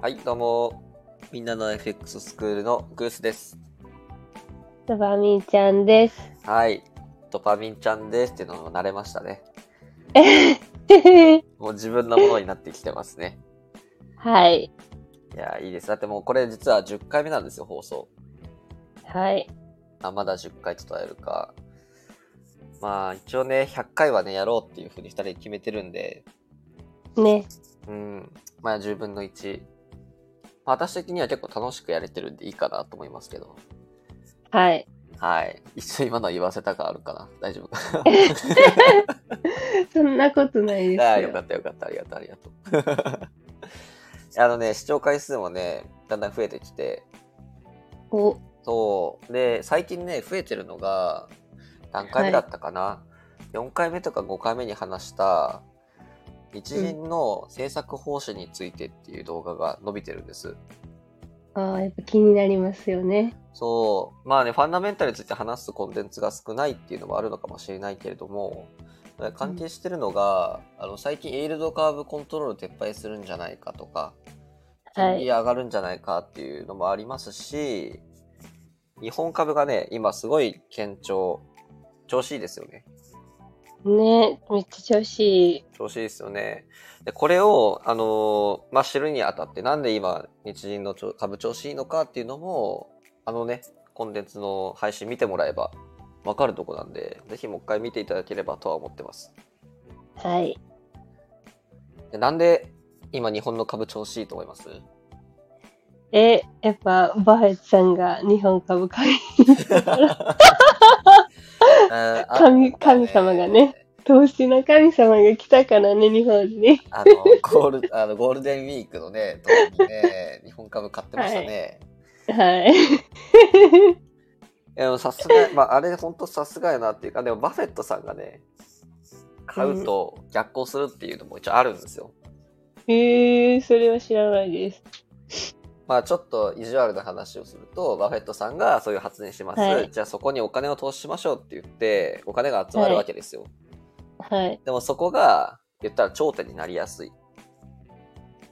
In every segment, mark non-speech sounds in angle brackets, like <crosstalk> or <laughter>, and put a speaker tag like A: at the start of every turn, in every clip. A: はい、どうも。みんなの FX スクールのグースです。
B: ドバミーちゃん <laughs> です。
A: はい。ドパミンちゃんですっていうのも慣れましたね。もう自分のものになってきてますね。
B: はい。
A: いや、いいです。だってもうこれ実は10回目なんですよ、放送。
B: はい。
A: あ、まだ10回ちょっとやるか。まあ、一応ね、100回はね、やろうっていうふうに2人決めてるんで、
B: ね。
A: うん。まあ、10分の1。まあ私的には結構楽しくやれてるんでいいかなと思いますけど。
B: はい。
A: はい。一応今の言わせたかあるかな大丈夫か
B: そんなことないです
A: ああ、よか
B: よ。
A: ったよかった。ありがとう、ありがと
B: <laughs>
A: う。あのね、視聴回数もね、だんだん増えてきて、
B: お、
A: そう。で、最近ね、増えてるのが、何回目だったかな、?4 回目とか5回目に話した、日銀の政策方針についてっていう動画が伸びてるんです。
B: ああ、やっぱ気になりますよね。
A: そう。まあね、ファンダメンタルについて話すコンテンツが少ないっていうのもあるのかもしれないけれども、関係してるのが、あの、最近、エールドカーブコントロール撤廃するんじゃないかとか、
B: は
A: 金利
B: い。
A: 上がるんじゃないかっていうのもありますし、日本株がね、今すごい堅調、調子いいですよね。
B: ね。めっちゃ調子いい。
A: 調子いいですよね。で、これを、あのーまあ、知るにあたって、なんで今、日銀のちょ株調子いいのかっていうのも、あのね、コンテンツの配信見てもらえば、わかるとこなんで、ぜひもう一回見ていただければとは思ってます。
B: はい。
A: でなんで、今日本の株調子いいと思い
B: <laughs>
A: ます
B: え、やっぱ、バフェットさんが日本株買い神神様がね。投資の神様が来たからね、日本に。
A: あの、ゴール、あの、ゴールデンウィークのね、時にね、日本株買ってましたね。
B: はい。 <laughs>
A: でもさすが、まあ、あれ本当さすがやなっていうか、でもバフェットさんがね、買うと逆行するっていうのも一応あるんですよ。
B: えー、それは知らないです。
A: まあちょっと意地悪な話をすると、バフェットさんがそういう発言します。
B: はい
A: じゃあそこにお金を投資しましょうって言って、お金が集まるわけですよ。
B: はい。
A: でもそこが、言ったら頂点になりやすい。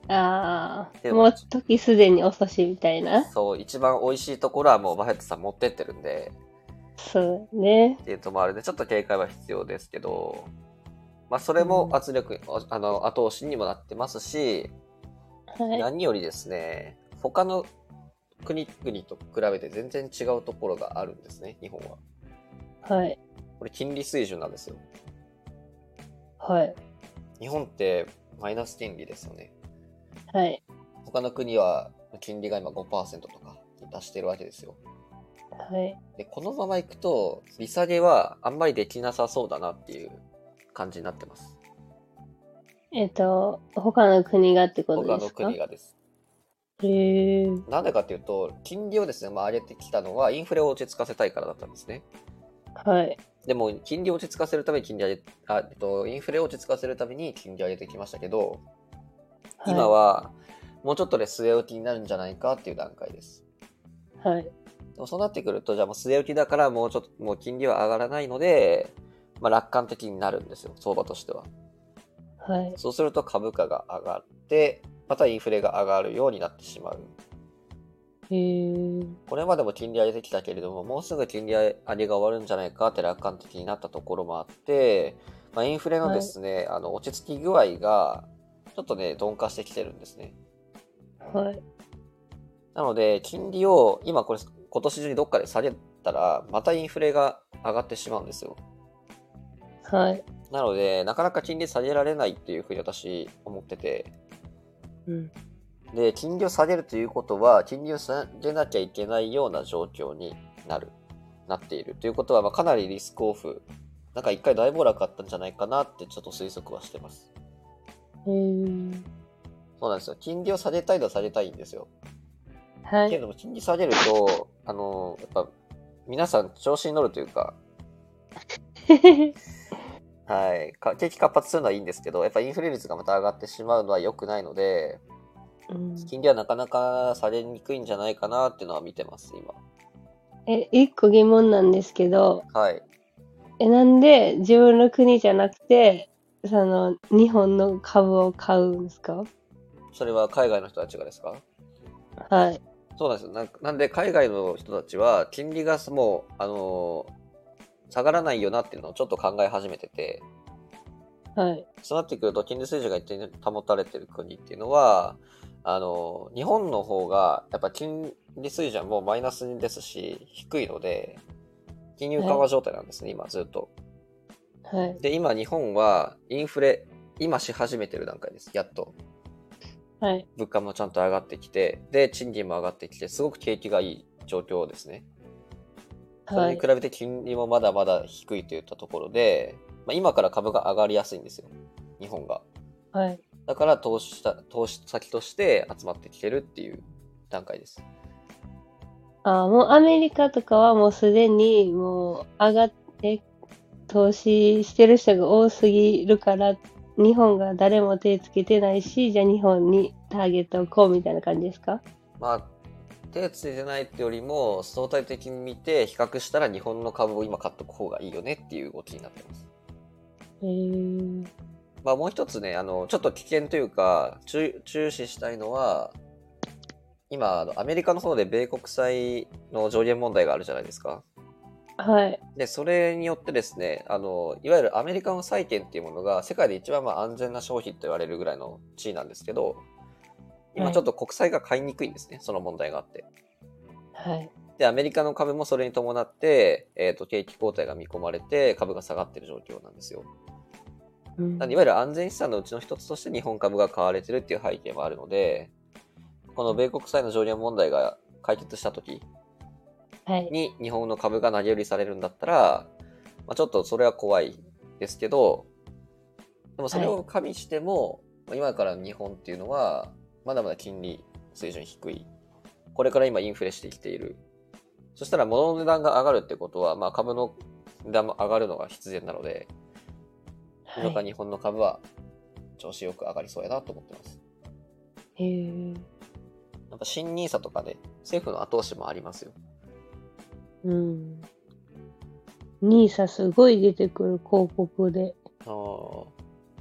B: あ
A: で
B: あ、
A: も
B: もう時すでに遅しみたいな。
A: そう、一番美味しいところはもうバフェットさん持ってってるんで、
B: そうね。
A: っていうともあるんで、ちょっと警戒は必要ですけど、まあそれも圧力、あの、後押しにもなってますし、
B: はい。
A: 何よりですね、他の国々と比べて全然違うところがあるんですね、日本は。
B: はい。
A: これ金利水準なんですよ。
B: はい。
A: 日本ってマイナス金利ですよね。
B: はい。
A: 他の国は金利が今5%とかに達してるわけですよ。
B: はい。
A: で、このまま行くと、利下げはあんまりできなさそうだなっていう感じになってます。
B: えっ、と、他の国がってこと
A: 他
B: で
A: の
B: すか
A: 国がです。
B: へえ
A: なんでかっていうと、金利をですね、まあ、上げてきたのは、インフレを落ち着かせたいからだったんですね。
B: はい。
A: でも、金利を落ち着かせるために金利上げ、あえっと、インフレを落ち着かせるために金利上げてきましたけど、
B: い
A: 今は、もうちょっとで据え置きになるんじゃないかっていう段階です。
B: はい。
A: でもそうなってくると、じゃあもう据え置きだから、もうちょっと、もう金利は上がらないので、まあ、楽観的になるんですよ、相場としては。
B: はい。
A: そうすると株価が上がって、またインフレが上がるようになってしまう。
B: へえ
A: これまでも金利上げてきたけれども、もうすぐ金利上げが終わるんじゃないかって楽観的になったところもあって、まあ、インフレのですね、あの落ち着き具合が、ちょっとね、鈍化してきてるんですね。
B: はい。
A: なので、金利を今これ、今年中にどっかで下げたら、またインフレが上がってしまうんですよ。
B: はい。
A: なので、なかなか金利下げられないっていうふうに私思ってて、
B: うん。
A: で、金利を下げるということは、金利を下げなきゃいけないような状況になる、なっている。ということは、まあ、かなりリスクオフ。なんか一回大暴落あったんじゃないかなってちょっと推測はしてます。
B: へー
A: そうなんですよ。金利を下げたいのは下げたいんですよ。
B: は
A: けれ
B: い。
A: ども、金利下げると、あの、やっぱ、皆さん調子に乗るというか、はい、か景気活発するのはいいんですけど、やっぱインフレ率がまた上がってしまうのは良くないので、
B: <laughs> うん
A: 金利はなかなか下げにくいんじゃないかなっていうのは見てます、今。
B: え、一個疑問なんですけど、
A: はい。
B: え、なんで自分の国じゃなくて、その、日本の株を買うんですか
A: それは海外の人たちがですか
B: はい。
A: そうなんですよなんかなんで海外の人たちは金利がもう、あのー下がらないよなっていうのをちょっと考え始めてて
B: はい。
A: そうなってくると金利水準が一定に保たれてる国っていうのはあのー日本の方がやっぱ金利水準はもうマイナスですし低いので金融緩和状態なんですね、今ずっと。
B: はい。
A: で今日本はインフレ今し始めてる段階ですやっと
B: はい。
A: 物価もちゃんと上がってきてで賃金も上がってきてすごく景気がいい状況ですねそ
B: は
A: れに
B: い
A: 比。べて金利もまだまだ低いといったところで、まあ、今から株が上がりやすいんですよ日本が
B: はい。
A: だから投資した投資先として集まってきてるっていう段階です
B: ああ、もうアメリカとかはもうすでにもう上がって投資してる人が多すぎるから、日本が誰も手つけてないし、じゃあ日本にターゲットを置こうみたいな感じですか
A: まあ手ついてないってよりも相対的に見て比較したら日本の株を今買っとく方がいいよねっていう動きになってます
B: えー、
A: まあ、もう一つねあのちょっと危険というか注注視したいのは今あのアメリカの方で米国債の上限問題があるじゃないですか。
B: はい。
A: でそれによってですねあのいわゆるアメリカの債券っていうものが世界で一番まあ安全な商品と言われるぐらいの地位なんですけど
B: は
A: 今
B: い
A: ちょっと国債が買いにくいんですねその問題があって。
B: はい。
A: でアメリカの株もそれに伴って、えー、と景気後退が見込まれて株が下がってる状況なんですよ。
B: うん
A: なんでいわゆる安全資産のうちの一つとして日本株が買われてるっていう背景もあるので、この米国債の上限問題が解決した時
B: はい。
A: に日本の株が投げ売りされるんだったら、まあ、ちょっとそれは怖いですけど、でもそれを加味しても、まあ今からの日本っていうのは、まだまだ金利水準低い。これから今インフレしてきている。そしたら物の値段が上がるってことは、まあ株の値段も上がるのが必然なので、今か
B: は
A: ら日本の株は調子よく上がりそうやなと思ってます。
B: い。えー、
A: やっぱ新ニーサとかで政府の後押しもありますよ。
B: うん。ニーサすごい出てくる広告で。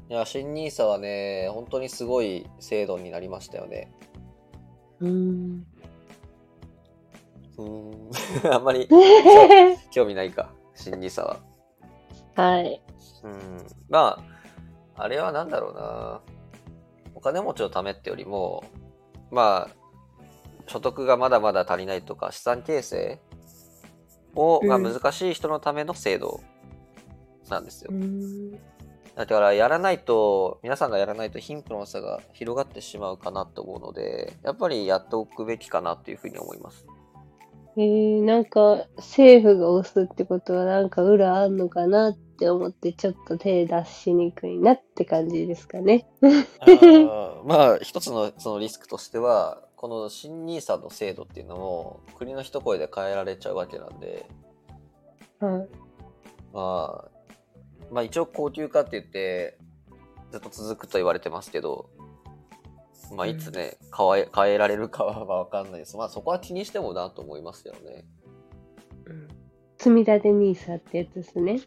A: いや、新ニーサはね、本当にすごい制度になりましたよね。
B: うん。
A: うーん。 <laughs> あんまり興味ないか、新ニーサは。
B: <laughs> はい。
A: うん。まあ、あれはなんだろうな。お金持ちのためってよりも、まあ、所得がまだまだ足りないとか、資産形成を、が
B: うん
A: 難しい人のための制度なんですよ
B: う。ん。
A: だからやらないと皆さんがやらないと貧富の差が広がってしまうかなと思うのでやっぱりやっておくべきかなというふうに思います
B: えー、なんか政府が押すってことはなんか裏あんのかなって思ってちょっと手出しにくいなって感じですかね。
A: <laughs> まあ一つのそのリスクとしてはこの新ニーサの制度っていうのも国の一声で変えられちゃうわけなんで
B: はい。
A: まあまあ一応高級化って言ってずっと続くと言われてますけどまあいつね変え変えられるかはまあ分かんないですまあそこは気にしてもなと思いますよね
B: 積み立て NISA ってやつですね。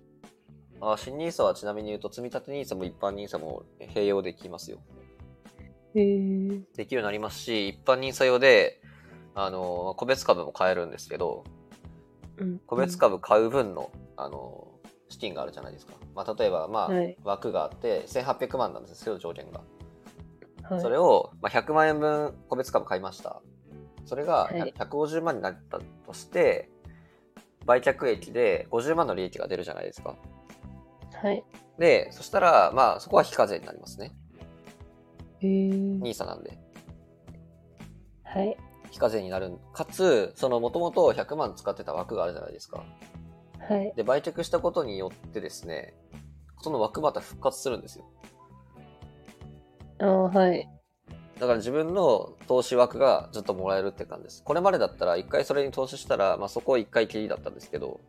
A: あ新ニーサはちなみに言うと、積立 NISA も一般 NISA も併用できますよ。
B: えー、
A: できるようになりますし、一般 NISA 用で、あの、個別株も買えるんですけど、
B: うん
A: 個別株買う分の、あの、資金があるじゃないですか。まあ、例えば、まあ、
B: はい
A: 枠があって、1800万なんですけど、条件が。
B: はい、
A: それを、まあ、100万円分個別株買いました。それが
B: はい
A: 150万になったとして、売却益で50万の利益が出るじゃないですか。
B: はい。
A: で、そしたら、まあ、そこは非課税になりますね。
B: えー、
A: NISA なんで。
B: はい。
A: 非課税になるかつそのもともと100万使ってた枠があるじゃないですか
B: はい。
A: で売却したことによってですねその枠また復活するんですよ
B: あーはい。
A: だから自分の投資枠がずっともらえるって感じですこれまでだったら一回それに投資したら、まあ、そこ一回きりだったんですけど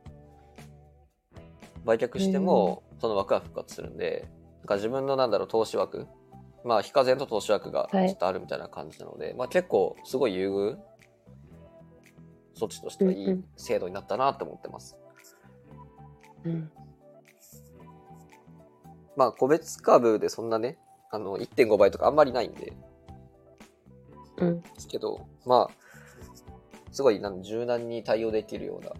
A: 売却してもその枠は復活するんでだから自分のなんだろう投資枠まあ非課税と投資枠がち
B: はい
A: ょっとあるみたいな感じなので、まあ結構すごい優遇措置としてはい
B: うんう
A: い
B: ん
A: 制度になったなと思ってます
B: うん。
A: まあ、個別株でそんなね、あの、1.5倍とかあんまりないんで、
B: うん。
A: ですけど、まあ、すごいなん柔軟に対応できるような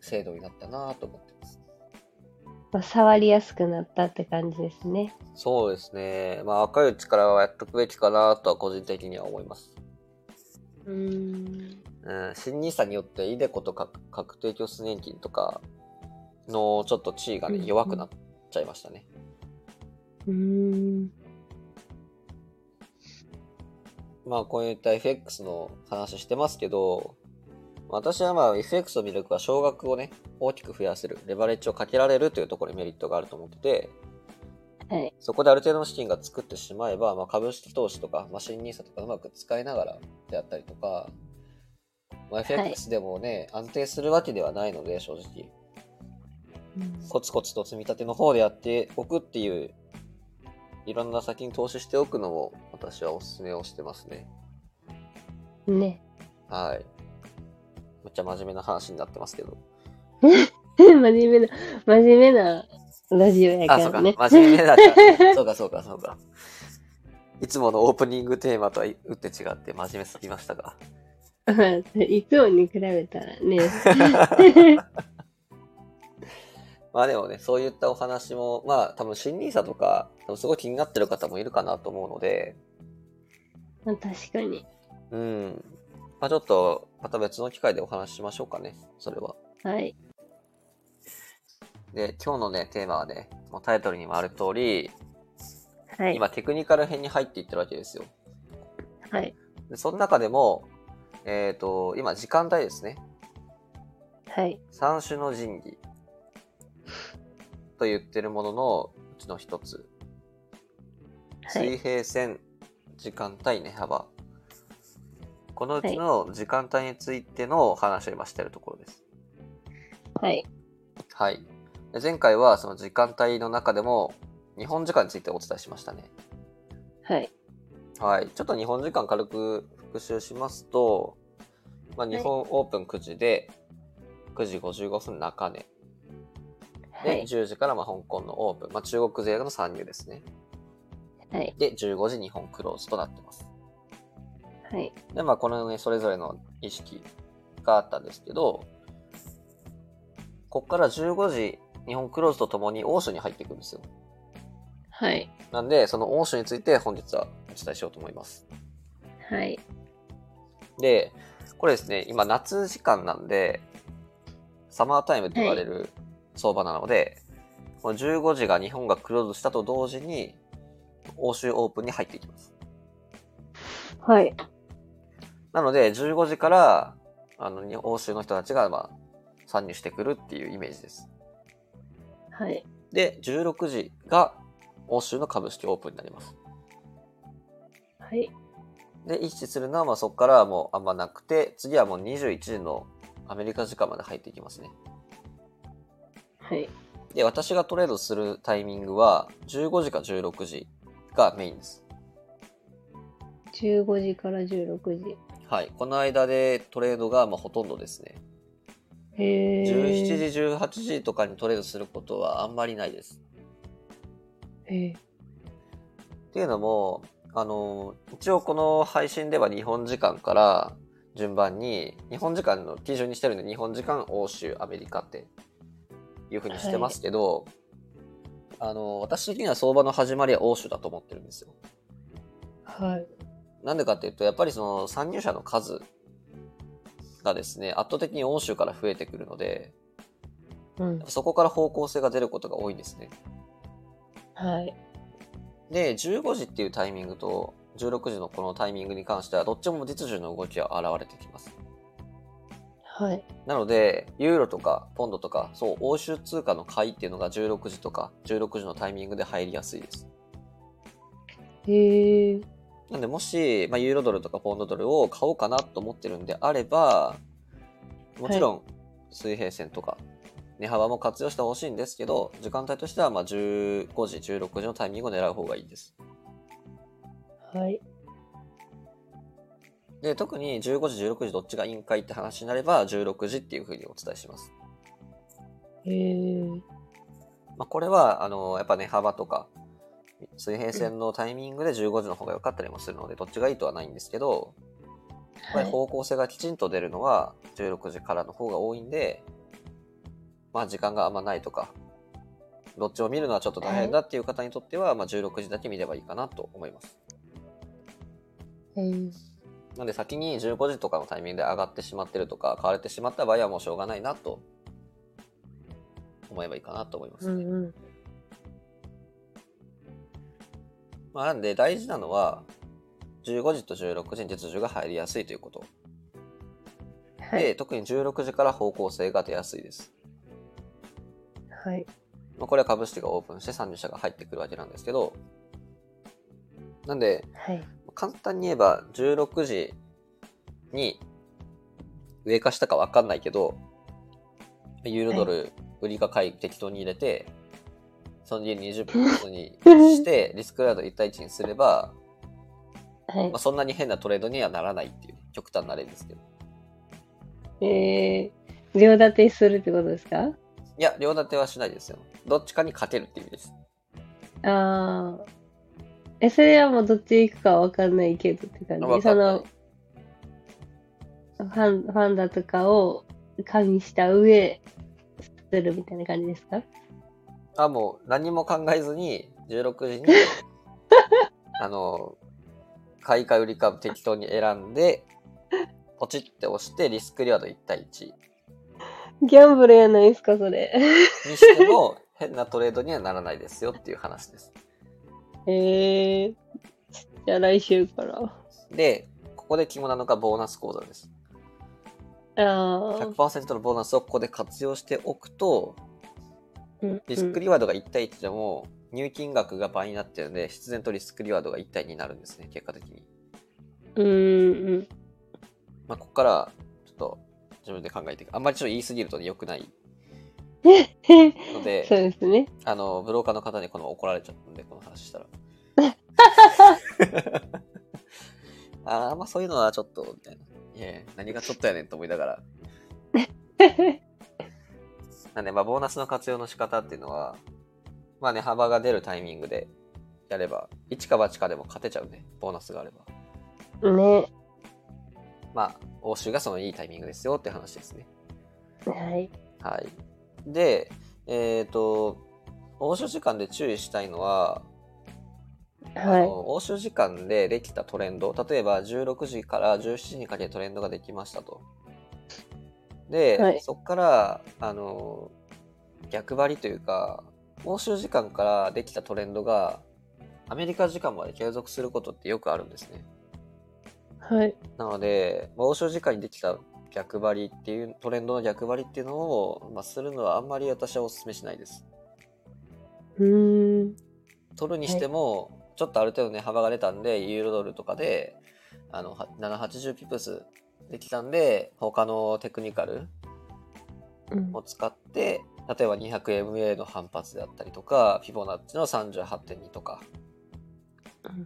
A: 制度になったなと思ってます。
B: まあ、触りやすくなったって感じですね。
A: そうですね。まあ、若いうちからはやっとくべきかなとは個人的には思います。
B: うーん。
A: うん、新ニーサによって、イデコとか確定拠出年金とかのちょっと地位がね、
B: うん
A: 弱くなっちゃいましたね。
B: うーん。
A: まあ、こういった FX の話してますけど、私はまあ FX の魅力は少額をね、大きく増やせる、レバレッジをかけられるというところにメリットがあると思ってて、
B: はい。
A: そこである程度の資金が作ってしまえば、まあ、株式投資とか、まあ、新 NISA とかうまく使いながらであったりとか、まあ、FX でもね、安定するわけではないので、正直。
B: うん
A: コツコツと積み立ての方でやっておくっていう、いろんな先に投資しておくのも、私はお勧めをしてますね。
B: ね。 <laughs>
A: はい。めっちゃ真面目な話になってますけど。
B: 真面目な、真面目なラジオや
A: あ、そ
B: か
A: うから
B: ね。。
A: 真面目だ
B: <laughs>
A: から。そうか、そうか、そうか。いつものオープニングテーマとは打って違って真面目すぎましたが。
B: <laughs> いつもに比べたらね。
A: <laughs> まあでもね、そういったお話も、まあ多分新 NISA とか、多分すごい気になってる方もいるかなと思うので、
B: まあ確かに。
A: うん。まあちょっと、また別の機会でお話ししましょうかね、それは。
B: はい。
A: で、今日のね、テーマはね、もうタイトルにもある通り、
B: はい。
A: 今テクニカル編に入っていってるわけですよ。
B: はい。
A: でその中でも、えっ、と、今時間帯ですね。
B: はい。
A: 三種の神器と言ってるもののうちの一つ。
B: はい。
A: 水平線、時間帯、値幅。このうちの時間帯についての話を今しているところです。
B: はい。
A: はい。で前回はその時間帯の中でも日本時間についてお伝えしましたね。
B: はい。
A: はい。ちょっと日本時間軽く復習しますと、まあ、
B: はい
A: 日本オープン9時で、9時55分中根。
B: は
A: で、
B: い。
A: 10時からまあ香港のオープン、まあ、中国勢の参入ですね。
B: はい。
A: で、15時日本クローズとなってます。
B: はい。
A: で、まあ、このね、それぞれの意識があったんですけど、こっから15時日本クローズとともに欧州に入っていくんですよ。
B: はい。
A: なんで、その欧州について本日はお伝えしようと思います。
B: はい。
A: で、これですね、今夏時間なんで、サマータイムと言われる相場なので、この15時が日本がクローズしたと同時に、欧州オープンに入っていきます。
B: はい。
A: なので、15時から、あの、に欧州の人たちが、まあ、参入してくるっていうイメージです。
B: はい。
A: で、16時が、欧州の株式オープンになります。
B: はい。
A: で、一致するのは、まあ、そこからはもうあんまなくて、次はもう21時のアメリカ時間まで入っていきますね。
B: はい。
A: で、私がトレードするタイミングは、15時か16時がメインです。
B: 15時から16時。
A: はい。この間でトレードが、まあ、ほとんどですね。
B: へえ。
A: 17時、18時とかにトレードすることはあんまりないです。
B: へ
A: っていうのも、あの、一応この配信では日本時間から順番に、日本時間の基準にしてるんで、日本時間、欧州、アメリカっていうふうにしてますけど、あの、私的には相場の始まりは欧州だと思ってるんですよ。
B: ーはい。
A: なんでかっていうと、やっぱりその参入者の数がですね、圧倒的に欧州から増えてくるので、
B: うん。
A: そこから方向性が出ることが多いんですね。
B: はい。
A: で、15時っていうタイミングと、16時のこのタイミングに関しては、どっちも実需の動きが現れてきます。
B: はい。
A: なので、ユーロとか、ポンドとか、そう、欧州通貨の買いっていうのが16時とか、16時のタイミングで入りやすいです。
B: へえ。
A: なんで、もし、まあ、ユーロドルとかポンドドルを買おうかなと思ってるんであれば、もちろん、水平線とか、値幅も活用してほしいんですけど、時間帯としては、まあ、15時、16時のタイミングを狙う方がいいです。
B: はい。
A: で、特に15時、16時どっちがいいんかいって話になれば、16時っていうふうにお伝えします。
B: へえ。
A: まあ、これは、あの、やっぱ値幅とか、水平線のタイミングで15時の方が良かったりもするので、どっちがいいとはないんですけど、やっぱり方向性がきちんと出るのは16時からの方が多いんで、まあ時間があんまないとか、どっちを見るのはちょっと大変だっていう方にとっては、まあ16時だけ見ればいいかなと思います。
B: うん。
A: なんで先に15時とかのタイミングで上がってしまってるとか、買われてしまった場合はもうしょうがないなと、思えばいいかなと思いま
B: う
A: すね。
B: んうん。
A: まあ、なんで大事なのは、15時と16時に月10が入りやすいということ。
B: はい。
A: で、特に16時から方向性が出やすいです。
B: はい。
A: まあ、これは株式がオープンして参入者が入ってくるわけなんですけど、なんで、
B: はい。
A: 簡単に言えば16時に上か下か分かんないけど、ユーロドル売りか買い適当に入れて、その時に20分後に
B: <laughs>
A: して、リスクラード1対1にすれば、
B: はい
A: まあ、。そんなに変なトレードにはならないっていう、極端な例ですけど。
B: えー、両立てするってことですか
A: いや、両立てはしないですよ。どっちかに勝てるっていう意味です。
B: ああ。え、それはもうどっち行くかわかんないけどって感
A: わ
B: じ。
A: か
B: そ
A: んない
B: の、ファン、ファンだとかを加味した上、するみたいな感じですか
A: あ、もう何も考えずに、16時に、あの、買いか売りか適当に選んで、ポチって押して、リスクリワード1対1
B: ギャンブルやないですか、それ。
A: にしても、変なトレードにはならないですよっていう話です。
B: <laughs> えー、じゃあ来週から。あ
A: で、ここで肝なのがボーナス講座です。
B: あ。
A: 100%のボーナスをここで活用しておくと、
B: うん
A: リスクリワードが1対1でも、入金額が倍になってるので、必然とリスクリワードが1対2になるんですね、結果的に。
B: うんうん
A: まあ、ここから、ちょっと、自分で考えていく。あんまりちょっと言いすぎると良くない
B: うん。
A: の
B: <laughs> そう
A: で、
B: ですね。
A: あの、ブローカーの方にこの怒られちゃったんで、この話
B: <laughs>
A: したら。あーまあ、そういうのはちょっと、みたいな。いやいや何がちょっとやねんと思いながら。なんで、まあ、ボーナスの活用の仕方っていうのは、まあね、幅が出るタイミングでやれば、一か八かでも勝てちゃうね、ボーナスがあれば。
B: ね。
A: まあ、欧州がそのいいタイミングですよって話ですね。
B: はい。
A: はい。で、えっ、と、欧州時間で注意したいのは、あ
B: は
A: の欧州時間でできたトレンド例えば16時から17時にかけてトレンドができましたとで、
B: はい
A: そこからあの逆張りというか欧州時間からできたトレンドがアメリカ時間まで継続することってよくあるんですね
B: い。はい。
A: なので、まあ、欧州時間にできた逆張りっていうトレンドの逆張りっていうのを、まあ、するのはあんまり私はお勧めしないです
B: うーん。
A: 取るにしても、ちょっとある程度ね幅が出たんでユーロドルとかであのは780ピプスできたんで他のテクニカル
B: うん
A: を使って例えば 200MA の反発であったりとかフィボナッチの38.2とか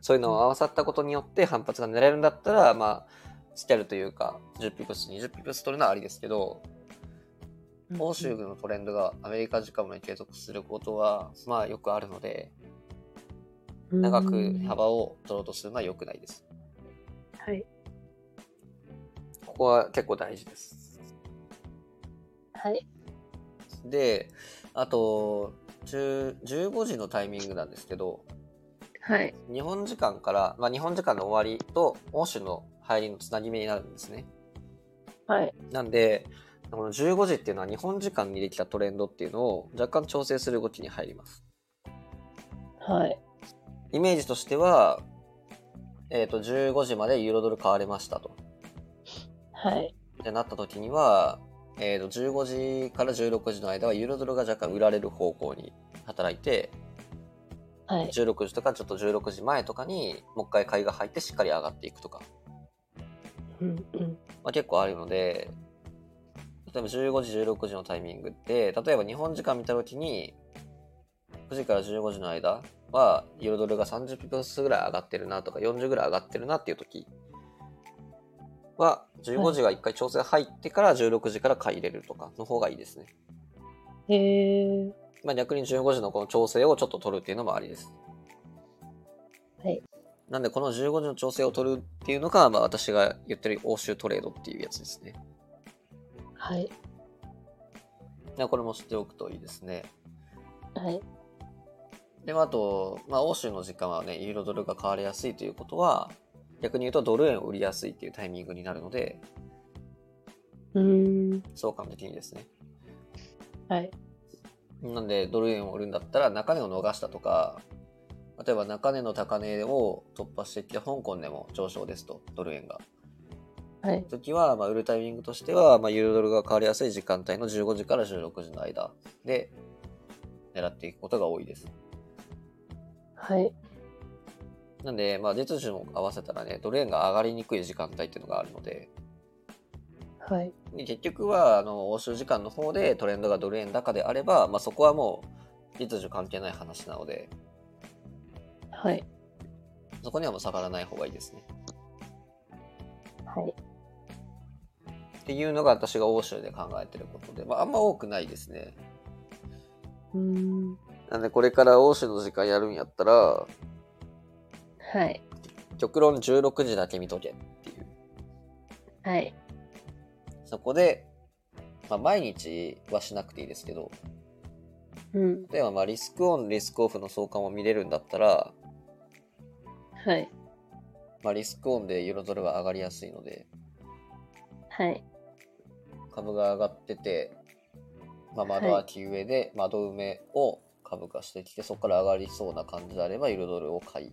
A: そういうのを合わさったことによって反発が狙えるんだったらまあスキャルというか10ピプス20ピプス取るのはありですけど欧州のトレンドがアメリカ時間まで継続することはまあよくあるので長く幅を取ろうとするのは良くないです。
B: はい。
A: ここは結構大事です。
B: はい。
A: で、あと、10 15時のタイミングなんですけど、
B: はい。
A: 日本時間から、まあ、日本時間の終わりと欧州の入りのつなぎ目になるんですね。
B: はい。
A: なんで、この15時っていうのは日本時間にできたトレンドっていうのを若干調整する動きに入ります。
B: はい。
A: イメージとしては、えっ、と、15時までユーロドル買われましたと。
B: はい。
A: ってなった時には、えー、と15時から16時の間はユーロドルが若干売られる方向に働いて
B: はい。
A: 16時とかちょっと16時前とかにもう一回買いが入ってしっかり上がっていくとか、
B: うんうん。
A: まあ、結構あるので例えば15時16時のタイミングで例えば日本時間見た時に9時から15時の間はユーロドルが30ピプスぐらい上がってるなとか40ぐらい上がってるなっていう時は15時が一回調整入ってから16時から買い入れるとかの方がいいですね。
B: へえ。
A: まあ、逆に15時のこの調整をちょっと取るっていうのもありです。
B: はい。
A: なんで、この15時の調整を取るっていうのが、まあ、私が言ってる欧州トレードっていうやつですね。
B: はい。
A: いやこれも知っておくといいですね。
B: はい。
A: で、まあ、あと、まあ、欧州の時間はね、ユーロドルが買われやすいということは、逆に言うとドル円を売りやすいっていうタイミングになるので、
B: うーん。
A: 相関的にですね。
B: はい。
A: なんで、ドル円を売るんだったら、中値を逃したとか、例えば中値の高値を突破してきて、香港でも上昇ですと、ドル円が。
B: はい。
A: 時は、まあ、売るタイミングとしては、まあ、ユーロドルが変わりやすい時間帯の15時から16時の間で、狙っていくことが多いです。
B: はい。
A: なんで、まあ、実需も合わせたらね、ドル円が上がりにくい時間帯っていうのがあるので、
B: はい。
A: で結局は、あの、欧州時間の方でトレンドがドル円高であれば、まあ、そこはもう、実需関係ない話なので、
B: はい。
A: そこにはもう逆らわない方がいいですね。
B: はい。
A: っていうのが私が欧州で考えてることで、まあ、あんま多くないですね。
B: うーん。
A: なんで、これから欧州の時間やるんやったら、
B: はい。
A: 極論16時だけ見とけっていう。
B: はい。
A: そこで、まあ、毎日はしなくていいですけど、
B: うん。
A: 例えばまあリスクオン、リスクオフの相関を見れるんだったら、
B: はい。
A: まあ、リスクオンでユーロドルは上がりやすいので、
B: はい。
A: 株が上がってて、まあ、窓開き上で窓埋めを株化してきて、そこから上がりそうな感じであれば、ユーロドルを買い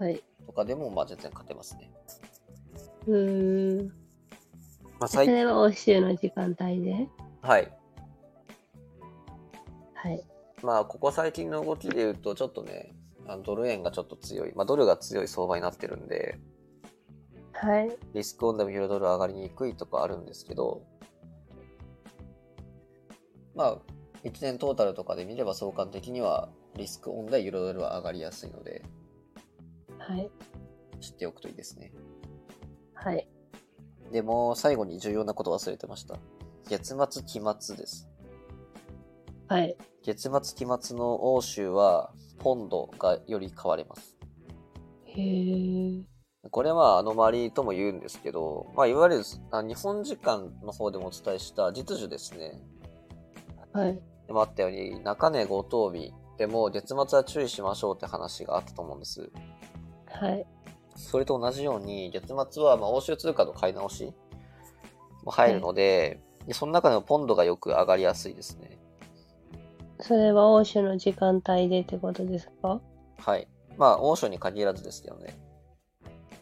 B: はい。
A: とかでも、まあ、全然勝てますね。
B: うーん。
A: まあ、
B: そ
A: 最
B: れは欧州の時間帯で。
A: はい。
B: はい。
A: まあ、ここ最近の動きで言うと、ちょっとね、あのドル円がちょっと強い、まあ、ドルが強い相場になってるんで、
B: はい。
A: リスクオンでもユーロドル上がりにくいとかあるんですけど、まあ、一年トータルとかで見れば相関的には、リスクオンでユーロドルは上がりやすいので、
B: はい。
A: 知っておくといいですね。
B: はい。
A: でも、最後に重要なこと忘れてました。月末、期末です。
B: はい。
A: 月末、期末の欧州は、ポンドがより買われます。
B: へー。
A: これはアノマリーとも言うんですけど、まあ、いわゆるあ日本時間の方でもお伝えした実需ですね。
B: はい。
A: でもあったように、中根五等日でも月末は注意しましょうって話があったと思うんです。
B: はい。
A: それと同じように、月末はまあ欧州通貨の買い直しも入るので、でその中でもポンドがよく上がりやすいですね。
B: それは欧州の時間帯でってことですか
A: はい。まあ、欧州に限らずですけどね。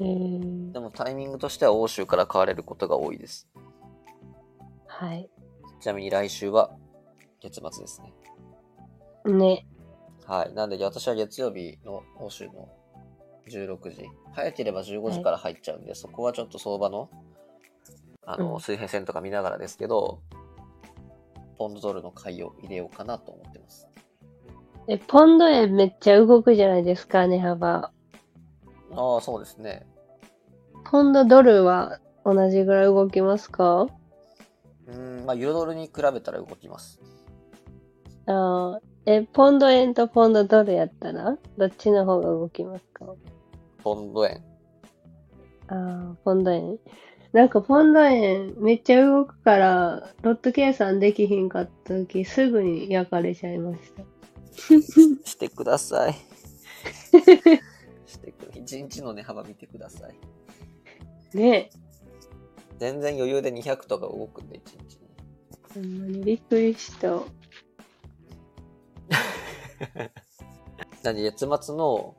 B: へー
A: で。もタイミングとしては欧州から買われることが多いです。
B: はい。
A: ちなみに来週は月末ですね。
B: ね。
A: はい。なんで、私は月曜日の欧州の16時。早ければ15時から入っちゃうんで、そこはちょっと相場の、あ
B: う
A: の、
B: ん
A: 水平線とか見ながらですけど、ポンドドルの買いを入れようかなと思ってます。
B: え、ポンド円めっちゃ動くじゃないですか、値幅。
A: ああ、そうですね。
B: ポンドドルは同じぐらい動きますか
A: うーん、まあ、ユーロドルに比べたら動きます。
B: あーえ、ポンド円とポンドドルやったら、どっちの方が動きますか
A: ポンド円。
B: あーポンド円。なんかポンド円めっちゃ動くから、ロット計算できひんかった時、すぐに焼かれちゃいました。
A: してくだ
B: <laughs>
A: さい。してく一日の値幅見てください。
B: ね
A: 全然余裕で200とか動くんで、一日に。
B: え、ほんまにびっくりした。
A: なんで月末の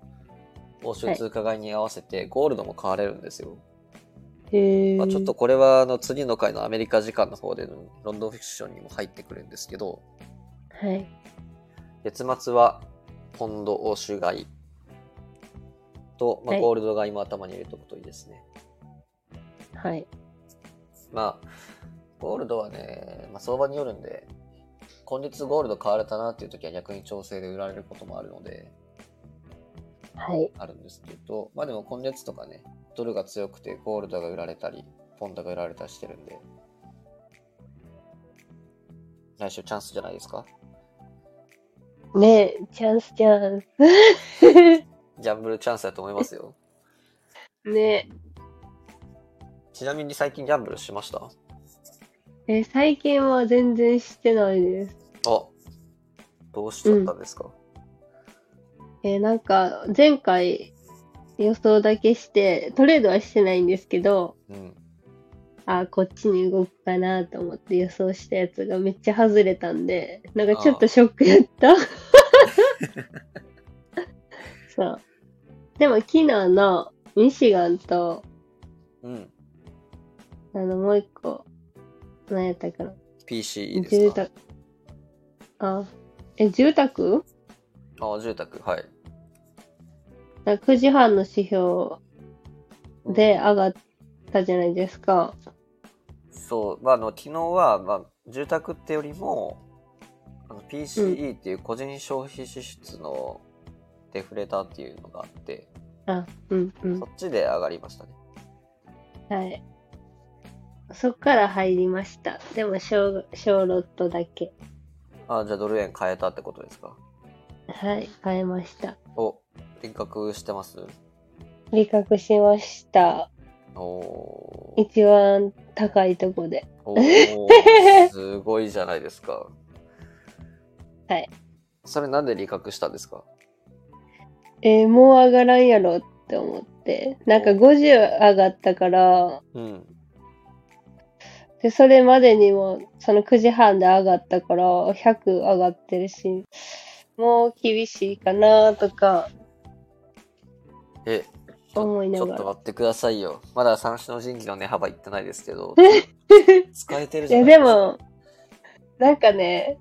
A: 欧州通貨買いに合わせてゴールドも買われるんですよ。
B: へえ。
A: まあ、ちょっと。これはあの次の回のアメリカ時間の方でのロンドンフィクションにも入ってくるんですけど、
B: はい。
A: 月末はポンド欧州買いと、まあ、
B: はい
A: ゴールド買いも頭に入れておくといいですね。
B: はい。
A: まあ、ゴールドはね、まあ、相場によるんで、今月ゴールド買われたなっていう時は逆に調整で売られることもあるので、
B: はい。
A: あるんですけど、まあでも今月とかね、ドルが強くてゴールドが売られたり、ポンドが売られたりしてるんで、来週チャンスじゃないですか
B: ねえ、チャンスチャンス。
A: ギャンブルチャンスだと思いますよ。
B: ね
A: ちなみに最近ギャンブルしました
B: え、最近は全然してないです。
A: あどうしちゃったんですか、
B: え、なんか、前回予想だけして、トレードはしてないんですけど、
A: うん、
B: あ、こっちに動くかなと思って予想したやつがめっちゃ外れたんで、なんかちょっとショックやった。そう。でも昨日のミシガンと、
A: うん。
B: あの、もう一個、何やったかな。
A: PC いいです
B: 住
A: か
B: 宅。あ、え、住宅
A: あ、住宅、はい。
B: なんか ?9 時半の指標で上がったじゃないですか。
A: そう、まあ、あの、昨日は、まあ、住宅ってよりも、あの PCE っていう個人消費支出のデフレターっていうのがあって、
B: あ、うんうん
A: そ。っちで上がりましたね。
B: はい。そっから入りました。でも小、小ロットだけ。
A: あ、じゃあドル円変えたってことですか
B: はい、変えました。
A: お、輪郭してます
B: 利確しました。
A: おー。
B: 一番高いとこで。
A: お
B: <laughs>
A: ーすごいじゃないですか。
B: はい。
A: それなんで理覚したんですか
B: えーもう上がらんやろって思って。なんか50上がったから、
A: うん。
B: で、それまでにも、その9時半で上がったから、100上がってるし、もう厳しいかなとか
A: え、ちょ
B: 思い
A: ち
B: な
A: ょ
B: が
A: っと
B: ら。
A: 待ってくださいよ。まだ三種の神器の値幅いってないですけ
B: <laughs>
A: ど。使えてる
B: い
A: じゃ
B: や、
A: ないで
B: です
A: か。
B: も、なんかね、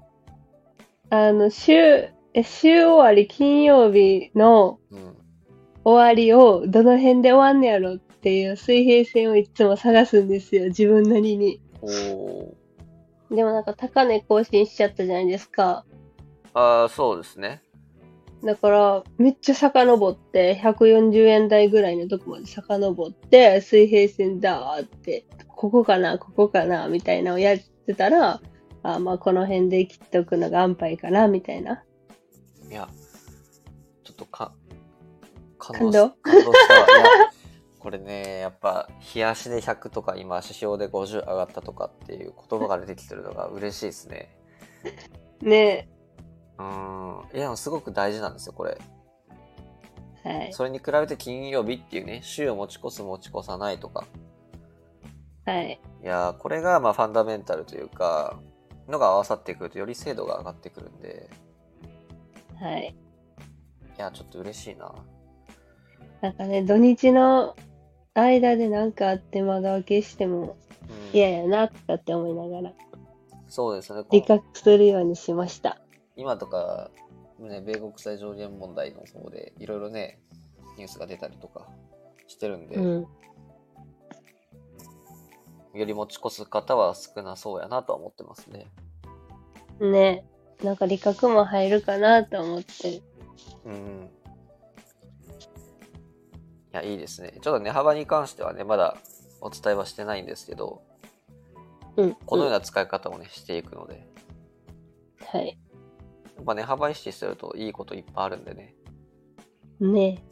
B: あの、週、え週終わり金曜日の
A: うん。
B: 終わりをどの辺で終わんねやろっていう水平線をいつも探すんですよ、自分なりに。
A: おー。
B: でもなんか高値更新しちゃったじゃないですか。
A: ああ、そうですね。
B: だから、めっちゃ遡って、140円台ぐらいのとこまで遡って、水平線だーって、ここかな、ここかな、みたいなのをやってたら、あーまあ、この辺で切っとくのが安牌かな、みたいな。
A: いや、ちょっとか、感
B: 感
A: し
B: 動
A: 感動したわ。いや、 <laughs> これね、やっぱ、冷やしで100とか、今、指標で50上がったとかっていう言葉が出てきてるのが嬉しいですね。
B: ね
A: うーん。いや、すごく大事なんですよ、これ。
B: はい。
A: それに比べて金曜日っていうね、週を持ち越す持ち越さないとか。
B: はい。
A: いやーこれがまあファンダメンタルというか、のが合わさってくるとより精度が上がってくるんで、
B: はい。
A: いやーちょっと嬉しいな。
B: なんかね、土日の間でなんかあって間が消しても
A: うん、
B: 嫌やな、とかって思いながら、
A: そうですね。こう
B: 理覚するようにしました。
A: 今とか、ね、米国債上限問題の方で、いろいろね、ニュースが出たりとかしてるんで、
B: うん。
A: より持ち越す方は少なそうやなとは思ってますね。
B: ねなんか理覚も入るかな、と思ってる。
A: うん。いや、いいですね。ちょっと値幅に関してはね、まだお伝えはしてないんですけど、
B: うん。
A: このよう
B: な。
A: な使い方をね、していくので、
B: はい。
A: やっぱ値幅意識するといいこといっぱいあるんでね。
B: ね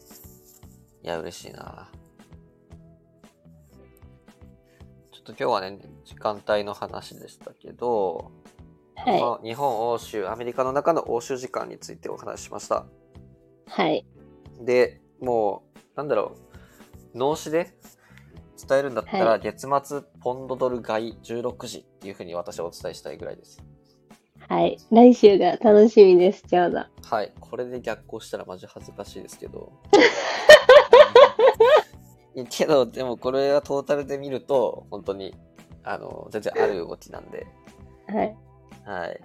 A: いや、嬉しいな。ちょっと今日はね、時間帯の話でしたけど、
B: は
A: まあ日本、欧州、アメリカの中の欧州時間についてお話ししました。
B: い。はい。
A: で、もう、なんだろう、脳死で伝えるんだったら、
B: は
A: 月末、ポンドドル買い16時っていうふうに私はお伝えしたいぐらいです。
B: はい。来週が楽しみです、ちょうど。
A: はい、これで逆行したらマジ恥ずかしいですけ
B: <laughs>
A: ど。うんけど、でもこれはトータルで見ると、本当に、あの、全然ある動きなんで、
B: はい。
A: はい。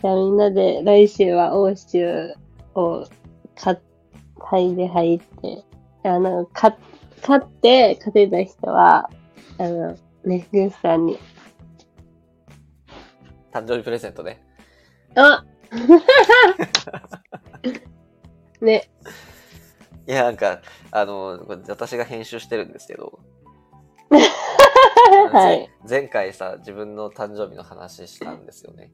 B: じゃあみんなで来週は欧州を買っ、買いで入って、あの、買っ、買って勝てた人は、あの、ね、グースさんに。
A: 誕生日プレゼントね。
B: あ <laughs> ね、
A: いや、なんか、あの、これ私が編集してるんですけど。
B: はい
A: あの前前回さ、自分の誕生日の話したんですよね。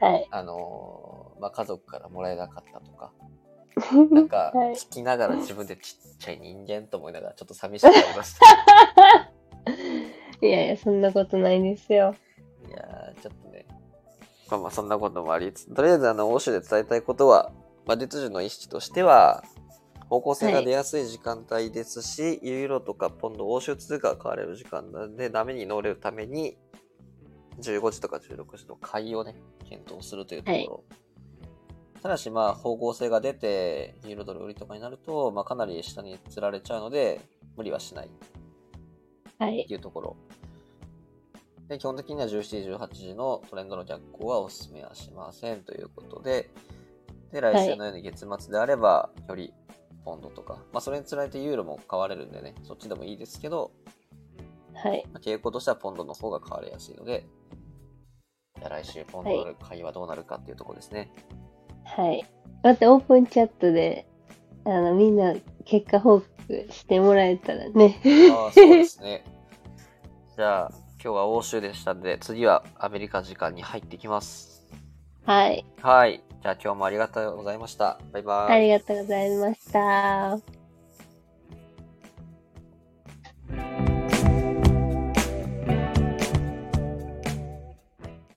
B: はい。 <laughs>
A: あの、まあ、家族からもらえなかったとか、なんか
B: はい
A: 聞きながら自分でちっちゃい人間と思いながらちょっと寂しくなりました。
B: いやいや、そんなことないですよ。
A: いやー、ちょっとね。まあまあ、そんなこともありつつ、とりあえず、あの、欧州で伝えたいことは、魔術師の意識としては、方向性が出やすい時間帯ですし、ユーロとかポンド、欧州通貨が買われる時間なんで、ダメに乗れるために、15時とか16時の買いをね、検討するというところ。ただし、まあ、方向性が出て、ユーロドル売りとかになると、まあ、かなり下に釣られちゃうので、無理はしない。
B: はい
A: っ。ていうところ。で、基本的には17時、18時のトレンドの逆行はお勧めはしませんということで、で、来週のように月末であれば、よりポンドとか、まあ、それにつられてユーロも買われるんでね、そっちでもいいですけど、
B: はい。
A: まあ傾向としてはポンドの方が買われやすいので、じゃあ来週ポンドの買いはどうなるかっていうところですね。
B: はい。だって、オープンチャットで、あの、みんな結果報告してもらえたらね。
A: <laughs> ああ、そうですね。じゃあ、今日は欧州でしたんで、次はアメリカ時間に入ってきます。
B: はい。
A: はい。じゃあ今日もありがとうございました。バイバイ。
B: ありがとうございました。